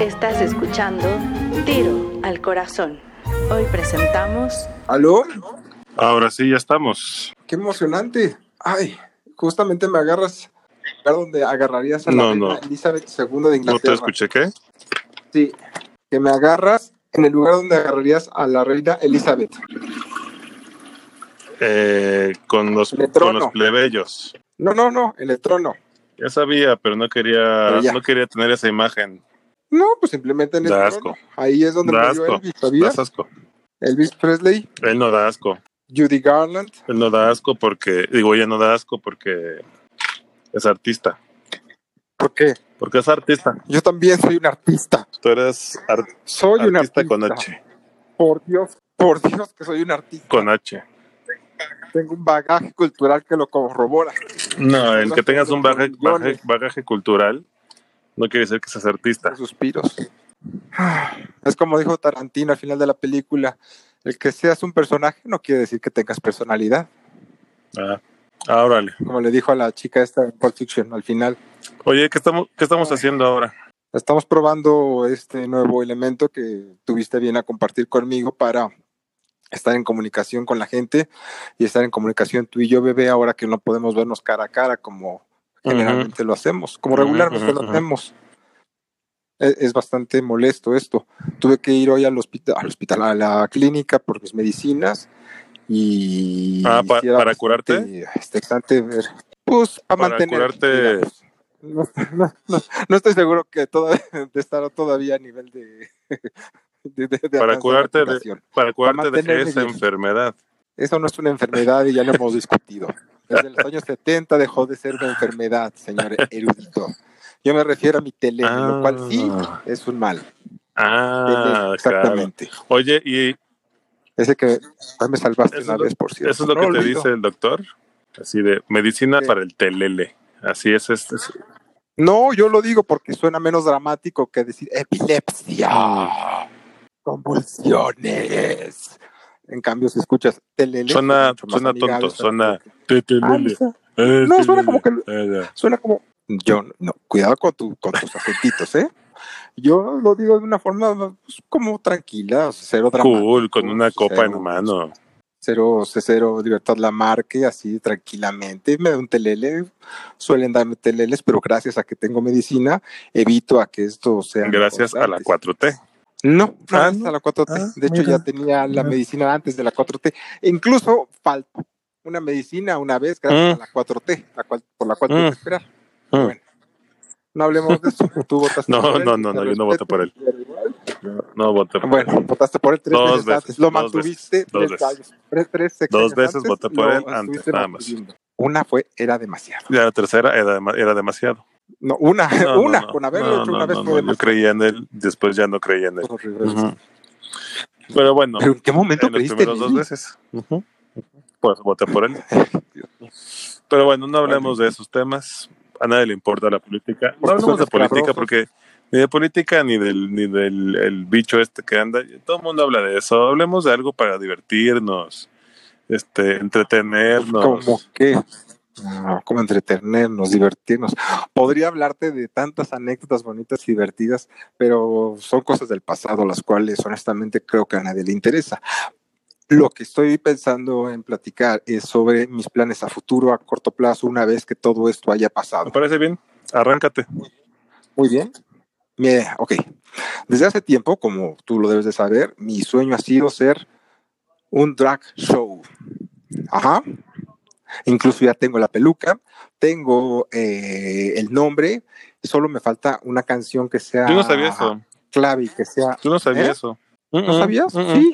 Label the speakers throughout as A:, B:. A: Estás escuchando Tiro al Corazón. Hoy presentamos...
B: ¿Aló?
C: Ahora sí, ya estamos.
B: ¡Qué emocionante! Ay, justamente me agarras lugar donde agarrarías a la
C: No,
B: reina
C: no.
B: Elizabeth II de Inglaterra.
C: No te escuché, ¿qué?
B: Sí, que me agarras en el lugar donde agarrarías a la reina Elizabeth.
C: Eh, con, los,
B: Me
C: con
B: trono.
C: los plebeyos.
B: No, no, no, en el trono.
C: Ya sabía, pero no
B: Pero
C: quería,
B: ya.
C: no quería tener esa imagen.
B: No, pues simplemente en el
C: Da
B: trono.
C: asco.
B: Ahí es donde
C: Da
B: murió
C: asco.
B: Elvis, ¿sabías?
C: Das asco.
B: Elvis Presley,
C: Él no da asco.
B: Judy Garland.
C: Él no da asco porque, digo, ella no da asco porque es artista.
B: ¿Por qué?
C: Porque es artista.
B: Yo también soy un artista.
C: Tú eres ar-
B: Soy un
C: artista
B: artista.
C: con H.
B: Por Dios, por Dios que soy un artista.
C: Con H.
B: Tengo un bagaje cultural que lo corrobora.
C: No, el que tengas un bagaje,
B: Millones.
C: bagaje- bagaje cultural no quiere decir que seas artista.
B: Los suspiros. Ah, Es como dijo Tarantino al final de la película, el que seas un personaje no quiere decir que tengas personalidad,
C: Ah, ah, órale.
B: como le dijo a la chica esta en Pulp Fiction al final.
C: Oye, ¿qué estamos, qué estamos haciendo ahora?
B: Estamos probando este nuevo elemento que tuviste bien a compartir conmigo para estar en comunicación con la gente y estar en comunicación tú y yo, bebé, ahora que no podemos vernos cara a cara como generalmente lo hacemos, como
C: Ujú,
B: regularmente
C: ujú,
B: lo
C: ujú.
B: hacemos. E- Es, bastante molesto esto. Tuve que ir hoy al hospital, al hospital, a la clínica por mis medicinas y
C: Ah, pa-
B: sí era
C: ¿para
B: bastante estresante ver. Pues a
C: Para
B: mantener.
C: curarte.
B: digamos. No, no, no, no estoy seguro que todavía de estar todavía a nivel de, de- de- de
C: Para
B: avanzar la
C: curarte de-
B: aplicación.
C: Para curarte de
B: mantenerme
C: esa
B: bien.
C: enfermedad.
B: Eso no es una enfermedad y ya lo hemos discutido. Desde los años 70 dejó de ser una enfermedad, señor erudito. Yo me refiero a mi tele, lo cual sí
C: Ah.
B: es un mal.
C: Ah, claro.
B: Exactamente.
C: Oye, ¿y eso
B: Ese que ah, me salvaste
C: Eso
B: una
C: es lo-
B: vez, por cierto.
C: es lo
B: No
C: que te
B: olvido.
C: dice el doctor? Así de medicina
B: Sí.
C: para el telele. Así es, es, es-
B: No, yo lo digo porque suena menos dramático que decir epilepsia, convulsiones. En cambio, si escuchas telele,
C: Suena-
B: mucho más
C: suena tonto,
B: amigable,
C: suena-
B: como
C: te-
B: que, ah,
C: telele,
B: está-
C: eh,
B: no, suena como
C: telele, eh,
B: suena como yo no- no cuidado con tu con tus acentitos eh yo lo digo de una forma pues, como tranquila cero drama
C: Cool, con una copa
B: Cero.
C: en la mano.
B: cero cero libertad la marque así tranquilamente me da un telele suelen darme teleles pero gracias a que tengo medicina evito a que esto sea
C: Gracias a la 4T.
B: no, no
C: Ah,
B: es
C: ¿no?
B: a la 4T.
C: Ah,
B: de hecho,
C: mira.
B: ya tenía la
C: Mira.
B: medicina antes de la 4T. E incluso faltó una medicina una vez gracias a
C: Mm.
B: la 4T, la cual, por la cual tuve
C: Mm.
B: que esperar.
C: Mm.
B: Bueno, no hablemos de eso. Tú votaste
C: No,
B: por él.
C: no, no,
B: te
C: no, yo no
B: respeto,
C: voté por él.
B: pero igual.
C: Mm. No voté.
B: Bueno, votaste por él tres
C: Dos
B: veces,
C: veces,
B: antes. Lo
C: dos
B: mantuviste
C: veces, dos
B: tres
C: veces.
B: años. Tres, tres sexenios
C: Dos veces
B: antes,
C: voté por
B: lo
C: él antes,
B: estuviste
C: nada más.
B: manteniendo. Una fue, era demasiado.
C: Ya la tercera era, dema- era demasiado.
B: No, una,
C: No, no,
B: una,
C: no.
B: con haberlo
C: No,
B: hecho
C: no,
B: una vez
C: no,
B: fue
C: no, Yo
B: demasiado.
C: creía en él, después ya no creía en él. Ujú. Pero bueno,
B: Pero en qué momento
C: en los
B: creíste
C: primeros
B: en
C: dos
B: mí?
C: veces. Ujú. Pues voté por él. Pero bueno, no hablemos de esos temas. A nadie le importa la política. No
B: Porque
C: hablemos
B: son
C: de política
B: escabrosos.
C: porque ni de política ni del ni del el bicho este que anda. Todo el mundo habla de eso. Hablemos de algo para divertirnos, este, entretenernos.
B: Como que, ah, como entretenernos, divertirnos. Podría hablarte de tantas anécdotas bonitas y divertidas, pero son cosas del pasado, las cuales honestamente creo que a nadie le interesa. Lo que estoy pensando en platicar es sobre mis planes a futuro, a corto plazo, una vez que todo esto haya pasado.
C: ¿Me parece bien? Arráncate.
B: Muy bien. Mira, ok. Desde hace tiempo, como tú lo debes de saber, mi sueño ha sido ser un drag show. Ajá. Incluso ya tengo la peluca, tengo eh, el nombre, y solo me falta una canción que sea
C: Yo no sabía eso. Mm,
B: clave y que sea.
C: Yo no sabía
B: ¿Eh?
C: eso.
B: ¿No sabías? Sí.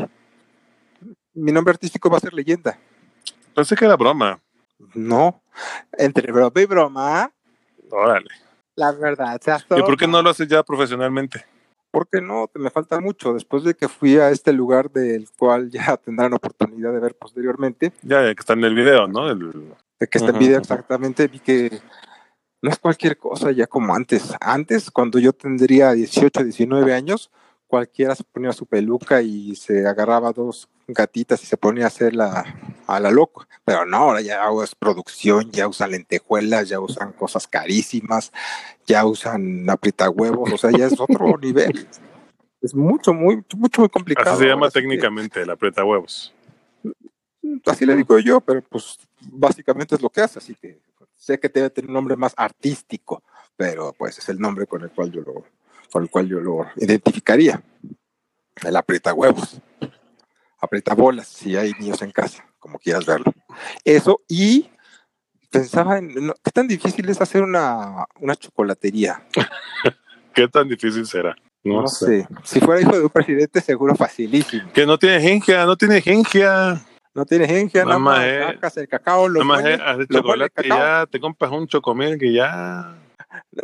B: Mi nombre artístico va a ser leyenda.
C: Pensé que era broma.
B: No. Entre broma y broma,
C: Órale.
B: la verdad. se
C: ¿Y por qué
B: asoma.
C: no lo haces ya profesionalmente?
B: porque no, me falta mucho. Después de que fui a este lugar del cual ya tendrán oportunidad de ver posteriormente,
C: Ya que está en el video, ¿no? El-
B: de que está en
C: Ujú,
B: video
C: ujú.
B: exactamente, vi que no es cualquier cosa ya como antes. Antes, cuando yo tendría 18, 19 años, cualquiera se ponía su peluca y se agarraba dos gatitas y se ponía a hacer la, a la loca. Pero no, ahora ya es producción, ya usan lentejuelas, ya usan cosas carísimas, ya usan huevos, o sea, ya es otro nivel. Es mucho, muy, mucho, muy complicado.
C: Así se llama
B: Así que-
C: técnicamente el aprieta huevos.
B: así le digo yo, pero pues básicamente es lo que hace, así que sé que debe tener un nombre más artístico, pero pues es el nombre con el cual yo lo, con el cual yo lo identificaría. El aprieta huevos, aprieta bolas, si hay niños en casa, como quieras verlo. Eso, y pensaba en, no, ¿qué tan difícil es hacer una, una chocolatería?
C: ¿Qué tan difícil será? No,
B: No
C: sé.
B: sé, si fuera hijo de un presidente seguro facilísimo.
C: Que no tiene gengia, no tiene gengia.
B: No tiene gente, nada
C: Nada
B: más
C: más es-
B: sacas el cacao, lo
C: Nada más
B: mueles,
C: es hacer
B: lo pones
C: chocolate y
B: cacao.
C: ya te compras un chocomil que ya.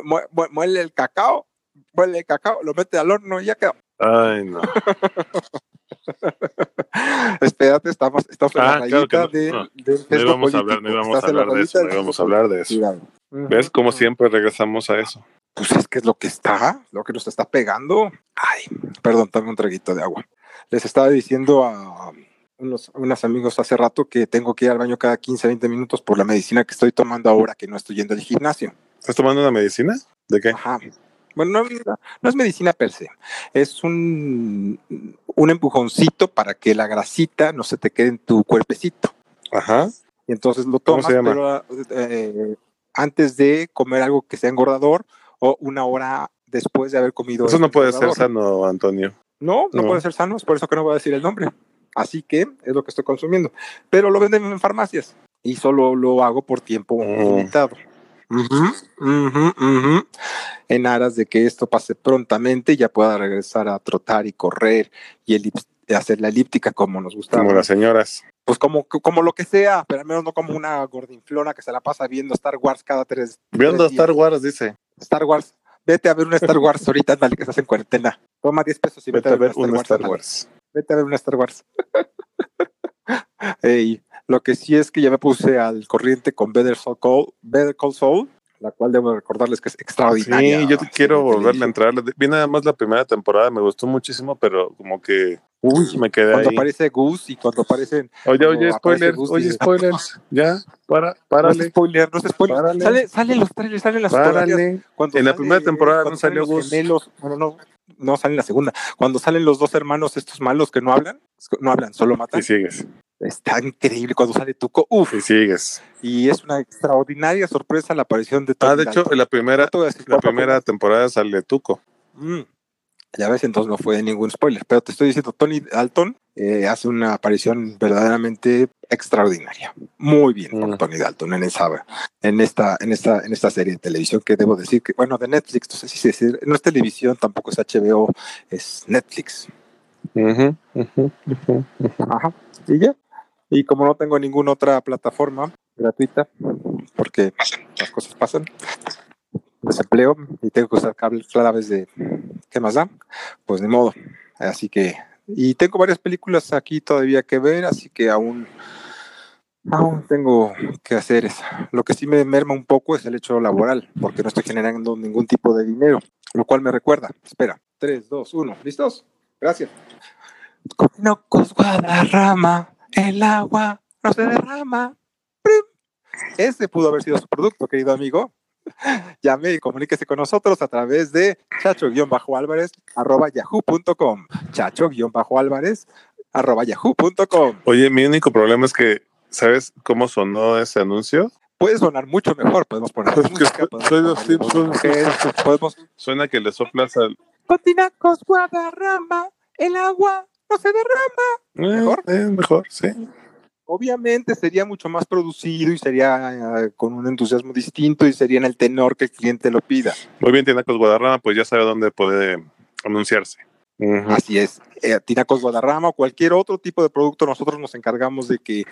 B: mue- mue- muele el cacao, muele el cacao, lo mete al horno y ya quedó.
C: Ay, no.
B: Espérate, estamos, estamos en la
C: Ah, claro
B: rayita
C: que no,
B: de,
C: no.
B: del
C: No
B: texto
C: íbamos a hablar,
B: político.
C: no íbamos
B: Estás
C: a
B: en la
C: hablar de eso, no
B: rayita
C: íbamos a hablar de eso.
B: del- Cuidado.
C: ¿Ves? Como siempre regresamos a eso.
B: Pues es que es lo que está, lo que nos está pegando. Ay, perdón, dame un traguito de agua. Les estaba diciendo a unos, unos amigos hace rato que tengo que ir al baño cada 15, 20 minutos por la medicina que estoy tomando ahora que no estoy yendo al gimnasio.
C: ¿Estás tomando una medicina? ¿De qué?
B: Ajá. Bueno, no, no es medicina per se, es un, un empujoncito para que la grasita no se te quede en tu cuerpecito.
C: Ajá.
B: Y entonces lo
C: ¿Cómo
B: tomas
C: se
B: pero, eh, antes de comer algo que sea engordador o una hora después de haber comido.
C: Eso
B: algo
C: no puede ser
B: engordador.
C: sano, Antonio.
B: No, no,
C: No.
B: puede ser sano, es por eso que no voy a decir el nombre. Así que es lo que estoy consumiendo. Pero lo venden en farmacias y solo lo hago por tiempo
C: Mm.
B: limitado. Ujú, ujú, ujú. En aras de que esto pase prontamente y ya pueda regresar a trotar y correr y elip- hacer la elíptica como nos gusta.
C: Como las señoras.
B: Pues como, como lo que sea, pero al menos no como una gordinflona que se la pasa viendo Star Wars cada tres.
C: Viendo
B: tres días.
C: Star Wars, dice.
B: Star Wars. Vete a ver una Star Wars ahorita, dale que estás en cuarentena. Toma 10 pesos y
C: Vete a ver una Star
B: ándale.
C: Wars.
B: Vete a ver una Star Wars. Ey, lo que sí es que ya me puse al corriente con Better, Soul Call, Better Call Saul, la cual debo recordarles que es extraordinaria.
C: Sí, yo te quiero volverle a
B: entrar.
C: entrar. Vi nada más la primera temporada, me gustó muchísimo, pero como que
B: Uy,
C: me quedé
B: cuando
C: ahí.
B: aparece Goose y cuando aparecen.
C: Oye,
B: cuando
C: oye,
B: aparece
C: spoilers,
B: Gus
C: oye,
B: dices,
C: spoilers. Ya, para,
B: No es
C: párale,
B: spoiler, no es spoiler.
C: Párale.
B: Sale, salen los trailers, salen las fotografías.
C: párale.
B: Cuando
C: En la
B: sale-
C: primera temporada
B: cuando
C: no salió
B: salen los
C: Gus.
B: gemelos, bueno, no, no sale en la segunda. Cuando salen los dos hermanos, estos malos que no hablan, no hablan, solo matan.
C: Y sigues,
B: Está increíble cuando sale Tuco. Uf,
C: y sigues.
B: y es una extraordinaria sorpresa la aparición de Tony
C: Ah, de hecho,
B: Dalton.
C: en la primera,
B: No te voy a decir cuál
C: la primera temporada sale Tuco.
B: papel. Mm. Ya ves, entonces no fue ningún spoiler, pero te estoy diciendo, Tony Dalton eh, hace una aparición verdaderamente extraordinaria. Muy bien por
C: Mm.
B: Tony Dalton en esa, en esta, en esta, en esta serie de televisión que debo decir que, bueno, de Netflix, no sé si decir, no es televisión, tampoco es HBO, es Netflix.
C: Ujú, ujú, ujú.
B: Ajá. Y ya. Y como no tengo ninguna otra plataforma gratuita, porque las cosas pasan, desempleo y tengo que usar cables claves de qué más da, pues ni modo. Así que, y tengo varias películas aquí todavía que ver, así que aún, aún tengo que hacer eso. Lo que sí me merma un poco es el hecho laboral, porque no estoy generando ningún tipo de dinero, lo cual me recuerda. Espera, 3, 2, 1, ¿listos? Gracias. Cocos Guadarrama, el agua no se derrama. ¡Prim! Ese pudo haber sido su producto, querido amigo. Llame y comuníquese con nosotros a través de chacho-álvarez arroba yahoo.com. Chacho-álvarez arroba yahoo.com.
C: Oye, mi único problema es que, ¿sabes cómo sonó ese anuncio?
B: Puede sonar mucho mejor, podemos poner
C: Es que
B: música,
C: soy-
B: podemos
C: soy los
B: ponerle voz a
C: Simpsons.
B: mujeres, podemos
C: Suena que le soplas al.
B: Continacos Guadarrama, el agua no se derrama.
C: Eh,
B: ¿Mejor?
C: eh, mejor, sí.
B: Obviamente sería mucho más producido y sería eh, con un entusiasmo distinto y sería en el tenor que el cliente lo pida.
C: Muy bien, Tinacos Guadarrama, pues ya sabe dónde puede anunciarse. Ujú.
B: Así es. Eh, Tinacos Guadarrama o cualquier otro tipo de producto, nosotros nos encargamos de que,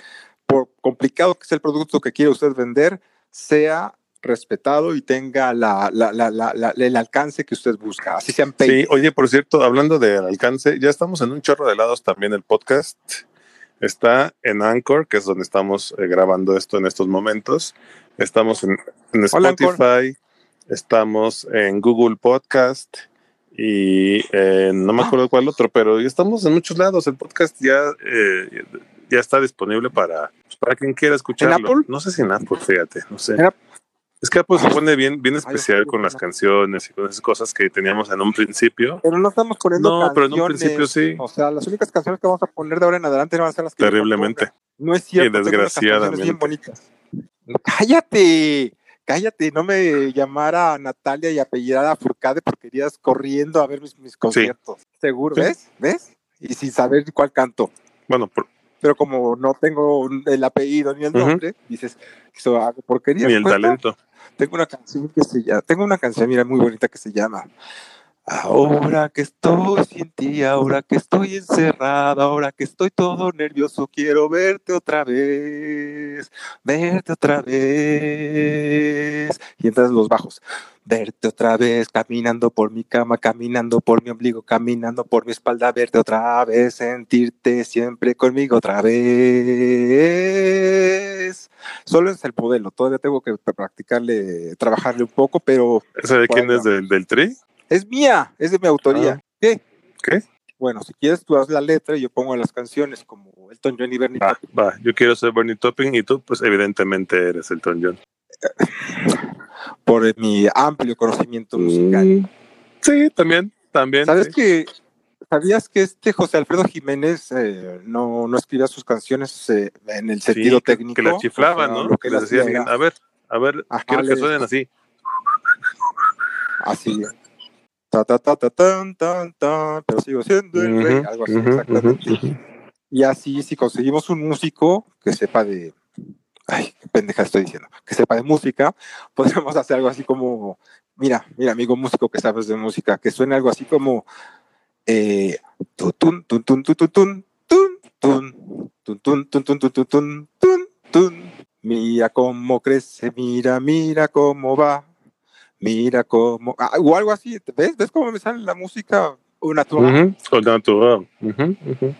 B: por complicado que sea el producto que quiera usted vender, sea respetado y tenga la, la- la- la- la- el alcance que usted busca. Así sean pay.
C: Sí, oye, por cierto, hablando del alcance, ya estamos en un chorro de lados también el podcast. Está en Anchor, que es donde estamos eh, grabando esto en estos momentos. Estamos en, en
B: Hola,
C: Spotify, estamos en Google Podcast y eh, no me acuerdo cuál otro, pero ya estamos en muchos lados. El podcast ya eh, ya está disponible para, pues, para quien quiera escucharlo.
B: ¿En Apple?
C: No sé si en Apple, fíjate, no sé.
B: ¿En Apple? Ah,
C: Es que Apple se pone bien, bien especial
B: ojalá.
C: con las canciones y con esas cosas que teníamos en un principio.
B: Pero no estamos poniendo
C: No, pero en un
B: canciones.
C: principio sí,
B: O sea, las únicas canciones que vamos a poner de ahora en adelante van a ser las que
C: terriblemente.
B: No es cierto.
C: Y
B: tengo unas canciones bien
C: desgraciadamente.
B: bonitas. No, Cállate, cállate. No me llamara Natalia y apellidara Furcade porque irías corriendo a ver mis, mis conciertos. Seguro,
C: Sí.
B: ¿ves? ¿Ves? Y sin saber cuál canto.
C: Bueno, por-
B: Pero como no tengo un- el apellido ni el
C: Ujú.
B: nombre, dices, eso hago Pues porquería.
C: ni el talento.
B: Tengo una canción que se llama, tengo una canción, mira, muy bonita que se llama. Ahora que estoy sin ti, ahora que estoy encerrada, ahora que estoy todo nervioso, quiero verte otra vez, verte otra vez. Y entras los bajos. Verte otra vez, caminando por mi cama, caminando por mi ombligo, caminando por mi espalda, verte otra vez, sentirte siempre conmigo otra vez. Solo es el modelo, todavía tengo que practicarle, trabajarle un poco, pero
C: ¿Sabe quién
B: Bueno.
C: es del, del tri?
B: es mía, es de mi autoría. ¿Qué?
C: Ah. ¿Qué?
B: Bueno, si quieres tú haz la letra y yo pongo las canciones como Elton John y Bernie.
C: Va, Ah, va, yo quiero ser Bernie Topping y tú, pues evidentemente eres Elton John.
B: Mac, Por eh, mi amplio conocimiento musical.
C: Mm, Sí, también, también.
B: ¿Sabes
C: sí.
B: que sabías que este José Alfredo Jiménez eh, no, no escribía sus canciones eh, en el sentido
C: Sí, que-
B: técnico?
C: Que las chiflaban,
B: O sea,
C: ¿no?
B: lo
C: Que
B: que
C: les
B: las
C: decían,
B: hacía era
C: a ver, a ver,
B: Ajá,
C: quiero que
B: le-
C: suenen así.
B: así. Ta, ta, ta, ta, tan, tan, tan, pero sigo siendo el rey, algo así
C: Ujú,
B: exactamente.
C: ujú, ujú.
B: Y así, si conseguimos un músico que sepa de. Ay, qué pendeja estoy diciendo. Que sepa de música, podríamos hacer algo así como. Mira, mira, amigo músico que sabes de música, que suene algo así como. Eh, tutun, tun, tun, tun, tun, tun, tun, tun, tun, tun, tun, tun, tun, tun, tun, tun, tun. Mira cómo crece, mira, mira cómo va. Mira cómo. ah, o algo así, ¿ves? ¿Ves cómo me sale la música natural?
C: Ujú, con natural. Ujú, ujú,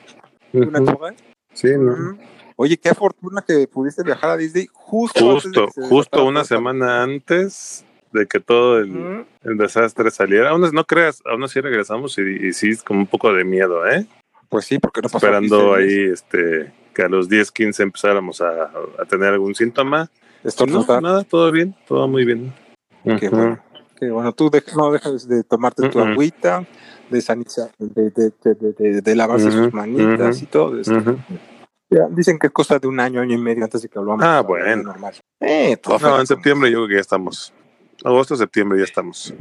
C: ujú.
B: natural?
C: Sí, no.
B: Ujú. Oye, qué fortuna que pudiste viajar a Disney justo antes de
C: Justo,
B: que se
C: justo
B: desatara
C: una
B: todo esto.
C: semana antes de que todo el,
B: Ujú.
C: el desastre saliera. Aún es- no creas, aún así regresamos y, y sí, es como un poco de miedo, ¿eh?
B: Pues sí, porque no pasó
C: Esperando
B: Disney.
C: ahí este, que a los 10, 15 empezáramos a, a tener algún síntoma.
B: Esto no
C: No,
B: está-
C: nada, todo bien, todo muy bien.
B: Qué
C: Ujú.
B: bueno. que bueno, tú deja- no dejas de tomarte tu
C: Ujú.
B: agüita, de sanizar, de, de, de, de- de- de lavarse
C: Ujú,
B: sus manitas
C: ujú.
B: y todo esto.
C: Ujú.
B: Ya, Dicen que es cosa de un año, año y medio antes de que volvamos
C: Ah,
B: a la vida
C: bueno.
B: normal. Eh, todo
C: No,
B: fuera
C: en septiembre yo creo que ya estamos. Agosto, septiembre ya estamos.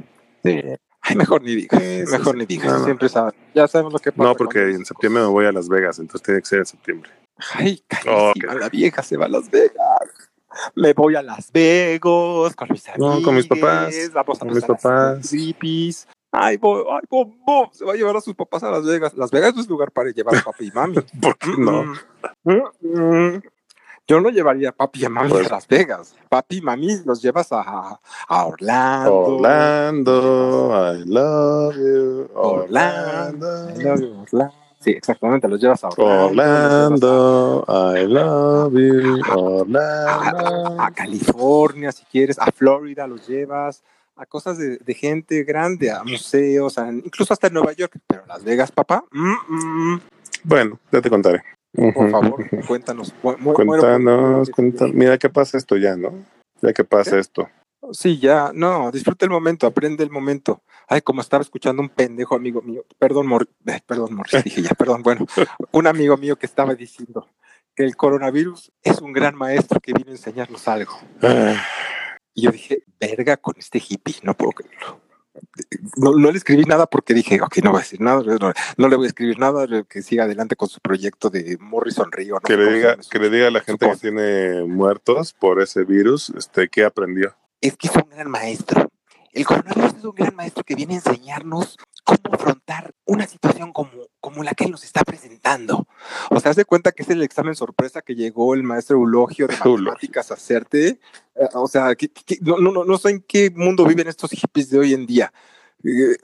B: Sí. Ay, mejor ni digas,
C: Sí, sí,
B: mejor
C: sí.
B: ni digas.
C: No, no.
B: Siempre sabes, ya sabemos lo que pasa.
C: No, porque
B: cuando
C: en
B: dices
C: septiembre me
B: cosas.
C: voy a Las Vegas, entonces tiene que ser en septiembre.
B: Ay,
C: Oh,
B: carísima,
C: ok.
B: la vieja se va a Las Vegas. Me voy a Las Vegas con mis
C: No,
B: amigos.
C: con mis papás,
B: Vamos a
C: con mis
B: pasar
C: papás.
B: las Tripis. Ay, voy, ay, bom, bom, Se va a llevar a sus papás a Las Vegas. Las Vegas no es lugar para llevar a papi y mami.
C: ¿Por qué no?
B: Mm, mm, mm. Yo no llevaría a papi y a mami
C: Pues-
B: a Las Vegas. Papi y mami los llevas a, a Orlando.
C: Orlando, I love you.
B: Ahí
C: Orlando,
B: los llevas, la- Sí, exactamente, los llevas a Orlando. los llevas a-
C: Orlando, I love you.
B: a, a
C: Orlando.
B: California si quieres, a Florida los llevas, a cosas de, de gente grande, a museos, a- incluso hasta Nueva York, pero Las Vegas, papá, mm, mm,
C: Bueno, ya te contaré.
B: por favor, pues, cuéntanos. mu- mu- muero por-
C: Cuéntanos,
B: este,
C: cuéntanos. Mira que pasa esto ya, ¿no? Ya que pasa esto.
B: Sí, ya, no, disfruta el momento, aprende el momento. Ay, como estaba escuchando un pendejo amigo mío, perdón, Mor- eh, perdón, Morris, dije ya, perdón, bueno, un amigo mío que estaba diciendo que el coronavirus es un gran maestro que vino a enseñarnos algo.
C: Ah,
B: Y yo dije, verga con este hippie, no puedo creerlo. No, no le escribí nada porque dije, ok, no voy a decir nada, no, no le voy a escribir nada, que siga adelante con su proyecto de Morrison Río. no
C: Que
B: sé
C: le
B: cómo se
C: diga,
B: llama su-
C: que le diga a la gente que
B: Supongo.
C: tiene muertos por ese virus, este, ¿qué aprendió?
B: Es que es un gran maestro. El coronavirus es un gran maestro que viene a enseñarnos cómo afrontar una situación como, como la que nos está presentando. O sea, haz de cuenta que es el examen sorpresa que llegó el maestro Eulogio de
C: Eulogio.
B: matemáticas a hacerte. Eh, O sea, que- que- no, no, no, no sé en qué mundo viven estos hippies de hoy en día. Eh,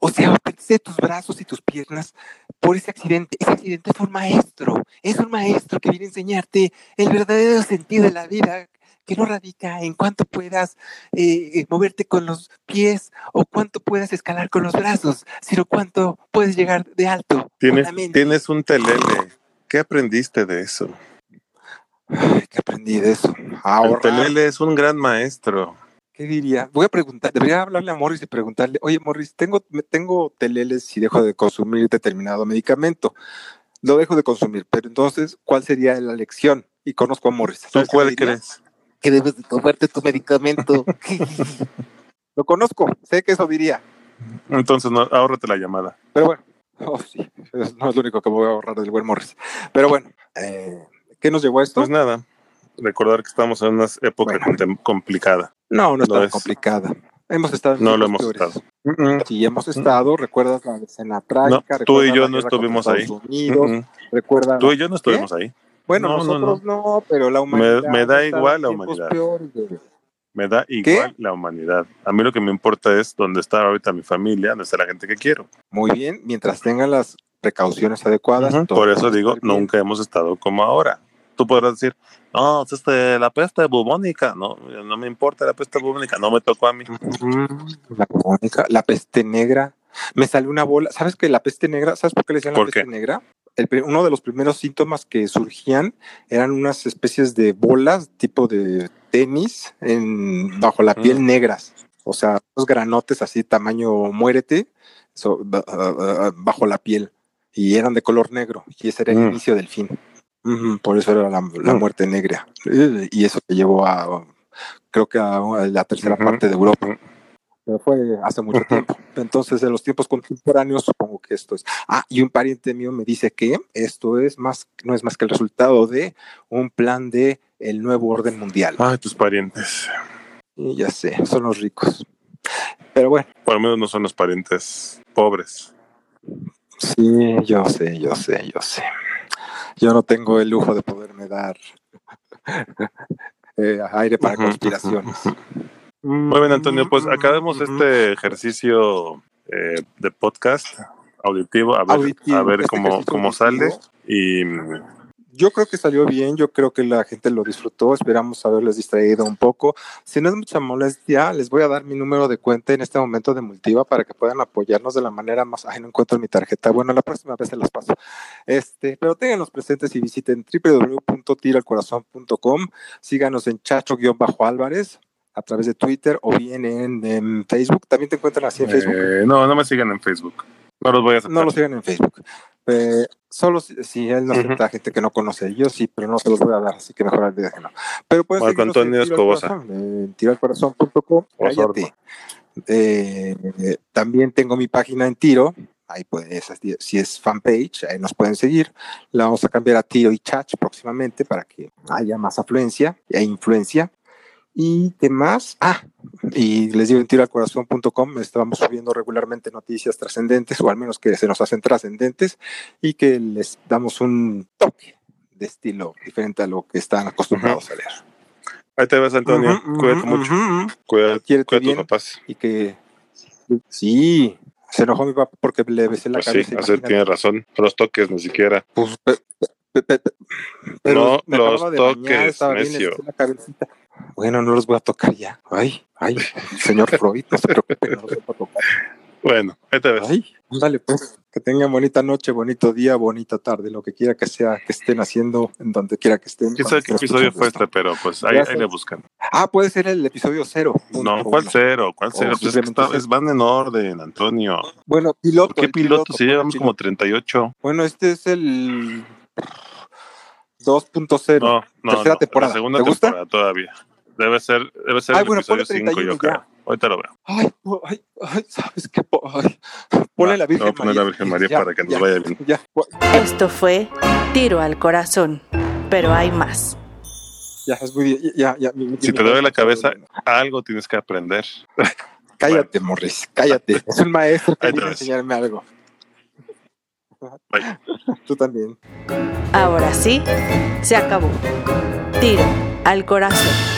B: O sea, perdiste tus brazos y tus piernas por ese accidente. Ese accidente fue un maestro. Es un maestro que viene a enseñarte el verdadero sentido de la vida, que no radica en cuánto puedas eh, eh, moverte con los pies o cuánto puedas escalar con los brazos, sino cuánto puedes llegar de alto. con
C: Tienes,
B: la mente.
C: tienes un telele. ¿Qué aprendiste de eso?
B: Ay, ¿Qué aprendí de eso? Ahorrar.
C: Pelele es un gran maestro.
B: ¿Qué diría? Voy a preguntar, debería hablarle a Morris y preguntarle, oye Morris, tengo, me- tengo teleles si dejo de consumir determinado medicamento. Lo dejo de consumir, pero entonces, ¿cuál sería la lección? Y conozco a Morris.
C: ¿Tú
B: ¿Sabes qué me
C: cuál
B: diría?
C: crees?
B: Que debes de tomarte tu medicamento. Lo conozco, sé que eso diría,
C: Entonces, no, ahórrate la llamada.
B: pero bueno. Oh, sí, es- no es lo único que me voy a ahorrar del buen Morris. Pero bueno, eh, ¿qué nos llevó a esto?
C: Pues nada, recordar que estamos en una época
B: Bueno.
C: contem- complicada.
B: No, no es
C: No
B: tan
C: es.
B: complicada. Hemos estado en
C: No lo
B: tiempos
C: hemos
B: peores.
C: estado. Mm-mm,
B: Sí, hemos estado, recuerdas la escena trágica.
C: No, tú
B: ¿Recuerdas
C: y yo
B: la
C: no
B: guerra contra
C: estuvimos ahí.
B: Estados Unidos,
C: mm-mm.
B: recuerda-
C: Tú y yo no estuvimos ahí.
B: Bueno,
C: No, no,
B: nosotros no, pero la humanidad.
C: me da
B: está en
C: igual la
B: tiempos
C: humanidad.
B: peores, güey.
C: Me da igual la humanidad. A mí lo que me importa es dónde está ahorita mi familia, dónde está la gente que quiero.
B: Muy bien, mientras tengan las precauciones adecuadas.
C: Ujú.
B: todo
C: Por
B: va
C: eso
B: a
C: digo,
B: estar bien.
C: nunca hemos estado como ahora. Tú podrás decir, no, es este, la peste bubónica. No, eh, no me importa la peste bubónica, no me tocó a mí.
B: Ujú. Pues, La crónica, la peste negra. Me salió una bola. ¿Sabes que la peste negra? ¿Sabes por qué le decían la
C: ¿Por
B: peste
C: qué?
B: negra? El pri- uno de los primeros síntomas que surgían eran unas especies de bolas tipo de tenis en, bajo la piel
C: Mm.
B: negras. O sea, los granotes así tamaño muérete so- ba- ah, ah, bajo la piel y eran de color negro y ese era el
C: Mm.
B: inicio del fin. Ujú, por eso era la, la
C: Mm.
B: muerte negra. Eh, Y eso te llevó a, creo que a a la tercera
C: Ujú.
B: parte de Europa
C: Ujú.
B: pero fue hace mucho
C: Ujú.
B: tiempo. Entonces, en los tiempos contemporáneos, supongo que esto es. Ah, y un pariente mío me dice que esto es más, no es más que el resultado de un plan de el nuevo orden mundial.
C: Ay, tus parientes.
B: Y ya sé, son los ricos. Pero bueno,
C: Por lo menos no son los parientes pobres.
B: sí, yo sé, yo sé, yo sé. Yo no tengo el lujo de poderme dar eh, aire para
C: Ujú,
B: conspiraciones.
C: Muy bien, Antonio, pues acabemos este ejercicio eh, de podcast auditivo, a ver,
B: Auditivo,
C: a ver
B: este
C: cómo,
B: ejercicio
C: cómo
B: auditivo.
C: sale. Y mm,
B: Yo creo que salió bien, yo creo que la gente lo disfrutó, esperamos haberles distraído un poco. Si no es mucha molestia, les voy a dar mi número de cuenta en este momento de Multiva para que puedan apoyarnos de la manera más... Ay, no encuentro mi tarjeta. Bueno, la próxima vez se las paso. Este, pero ténganlos presentes y visiten www.tiroalcorazón.com. Síganos en Chacho-Álvarez a través de Twitter o bien en, en Facebook. También te encuentran así en Facebook.
C: eh, no, no me sigan en Facebook. No los voy a aceptar.
B: No lo sigan en Facebook. Eh, solo si, si él no acepta a gente que no conoce. Yo sí, pero no se los voy a dar, así que mejor al día que no. Pero puedes
C: Marco
B: seguirnos
C: Antonio
B: en Tiro al
C: Escobosa.
B: Corazón, en tiroalcorazón.com. Cállate. Eh, eh, también tengo mi página en Tiro. Ahí puedes, si es fanpage, ahí nos pueden seguir. La vamos a cambiar a Tiro y Chach próximamente para que haya más afluencia e influencia. ¿Y qué más? Ah, y les digo en tiroalcorazón.com estamos subiendo regularmente noticias trascendentes, o al menos que se nos hacen trascendentes, y que les damos un toque de estilo diferente a lo que están acostumbrados a leer.
C: Ahí te ves, Antonio.
B: Ujú, ujú,
C: Cuídate mucho.
B: ujú, ujú.
C: Cuídate,
B: Quiérete
C: cuida a tus
B: bien.
C: papás.
B: Y que sí, se enojó mi papá porque le besé la
C: Pues sí,
B: cabeza.
C: así
B: imagínate.
C: tienes razón. No los toques ni siquiera.
B: Pues, pe- pe- pe- pe- pero
C: No
B: me
C: los
B: acababa de bañar,
C: toques,
B: estaba bien,
C: necio.
B: les hice la cabecita. Bueno, no los voy a tocar ya. Ay, ay, señor Freud, no se preocupe, no los voy a tocar.
C: Bueno, ahí te ves.
B: Ay, ándale, pues. Que tengan bonita noche, bonito día, bonita tarde, lo que quiera que sea que estén haciendo, en donde quiera que estén.
C: Quién
B: cuando
C: sabe qué
B: estén
C: episodio
B: escuchando
C: fue
B: esto.
C: este, pero pues ahí, ahí
B: Gracias.
C: le buscan.
B: Ah, puede ser el episodio cero. punto Oh,
C: No, ¿cuál
B: uno.
C: cero? ¿Cuál cero? Pues es que
B: simplemente
C: está- es- van en orden, Antonio.
B: Bueno,
C: ¿Por
B: piloto.
C: qué
B: el
C: piloto? Si
B: pone
C: llevamos
B: piloto.
C: como 38.
B: Bueno, este es el 2.0.
C: No, no,
B: tercera
C: no,
B: temporada.
C: La segunda
B: ¿Te gusta?
C: temporada todavía. Debe ser, debe ser
B: Ay,
C: el
B: bueno,
C: episodio
B: ponle
C: 5, yo
B: 31
C: creo.
B: ya.
C: Ahorita lo veo.
B: Ay, po- ay, ay, ¿sabes qué? Po- ay. Ponle
C: Va,
B: la Virgen
C: le voy a poner
B: María.
C: la Virgen María
B: Ya,
C: para que nos
B: ya,
C: vaya bien.
B: Ya,
A: Esto fue Tiro al Corazón, pero hay más.
B: ya, es muy bien, ya, ya, mi- mi-
C: Si
B: mi-
C: te duele la cabeza, algo tienes que aprender.
B: Cállate, Morris, cállate. Es un maestro que
C: Ahí te
B: viene a
C: ves.
B: enseñarme algo.
C: Bye.
B: Tú también.
A: Ahora sí, se acabó. Tiro al Corazón.